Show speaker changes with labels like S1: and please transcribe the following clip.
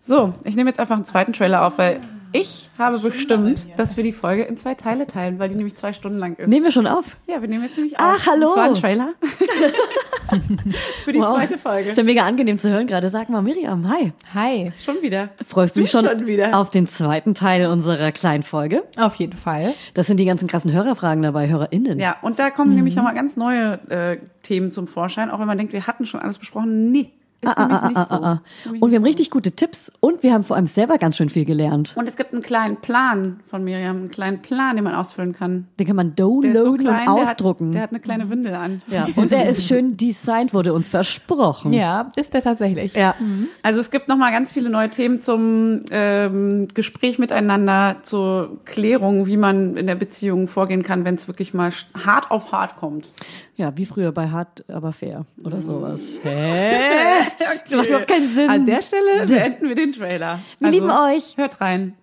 S1: So, ich nehme jetzt einfach einen zweiten Trailer auf, weil ich habe bestimmt, dass wir die Folge in zwei Teile teilen, weil die nämlich zwei Stunden lang ist.
S2: Nehmen wir schon auf.
S1: Ja, wir nehmen jetzt nämlich
S2: Ah,
S1: auf.
S2: hallo.
S1: Und zwar einen Trailer. Für die
S2: Wow.
S1: zweite
S2: Ist
S1: Folge.
S2: ja mega angenehm zu hören gerade. Sag mal, Miriam, hi.
S3: Hi,
S1: Schon wieder.
S2: Freust du dich
S1: Mich
S2: schon,
S1: schon wieder.
S2: auf den zweiten Teil unserer kleinen Folge?
S3: auf jeden Fall.
S2: Das sind die ganzen krassen Hörerfragen dabei, HörerInnen.
S1: Ja, und da kommen
S2: Mhm.
S1: nämlich nochmal ganz neue äh, Themen zum Vorschein, auch wenn man denkt, wir hatten schon alles besprochen. Nee, ist
S2: Ah,
S1: nämlich
S2: ah,
S1: nicht
S2: ah,
S1: so.
S2: ah, ah.
S1: Ist nämlich
S2: Und wir haben
S1: nicht so.
S2: richtig gute Tipps und wir haben vor allem selber ganz schön viel gelernt.
S1: Und es gibt einen kleinen Plan von Miriam, einen kleinen Plan, den man ausfüllen kann.
S2: Den kann man
S1: Der
S2: downloaden
S1: ist so klein,
S2: und
S1: der
S2: ausdrucken. Mhm.
S1: Hat, der hat eine kleine Windel an.
S2: ja. Und der ist schön designt, wurde uns versprochen.
S3: Ja, ist der tatsächlich.
S2: Ja.
S1: Also es gibt nochmal ganz viele neue Themen zum ähm, Gespräch miteinander, zur Klärung, wie man in der Beziehung vorgehen kann, wenn es wirklich mal sch- hart auf hart kommt.
S2: ja, wie früher bei Hart, aber fair oder sowas. Hä? Das macht überhaupt keinen Sinn.
S1: An der Stelle beenden wir den Trailer. Also
S2: Wir lieben euch.
S1: Hört rein.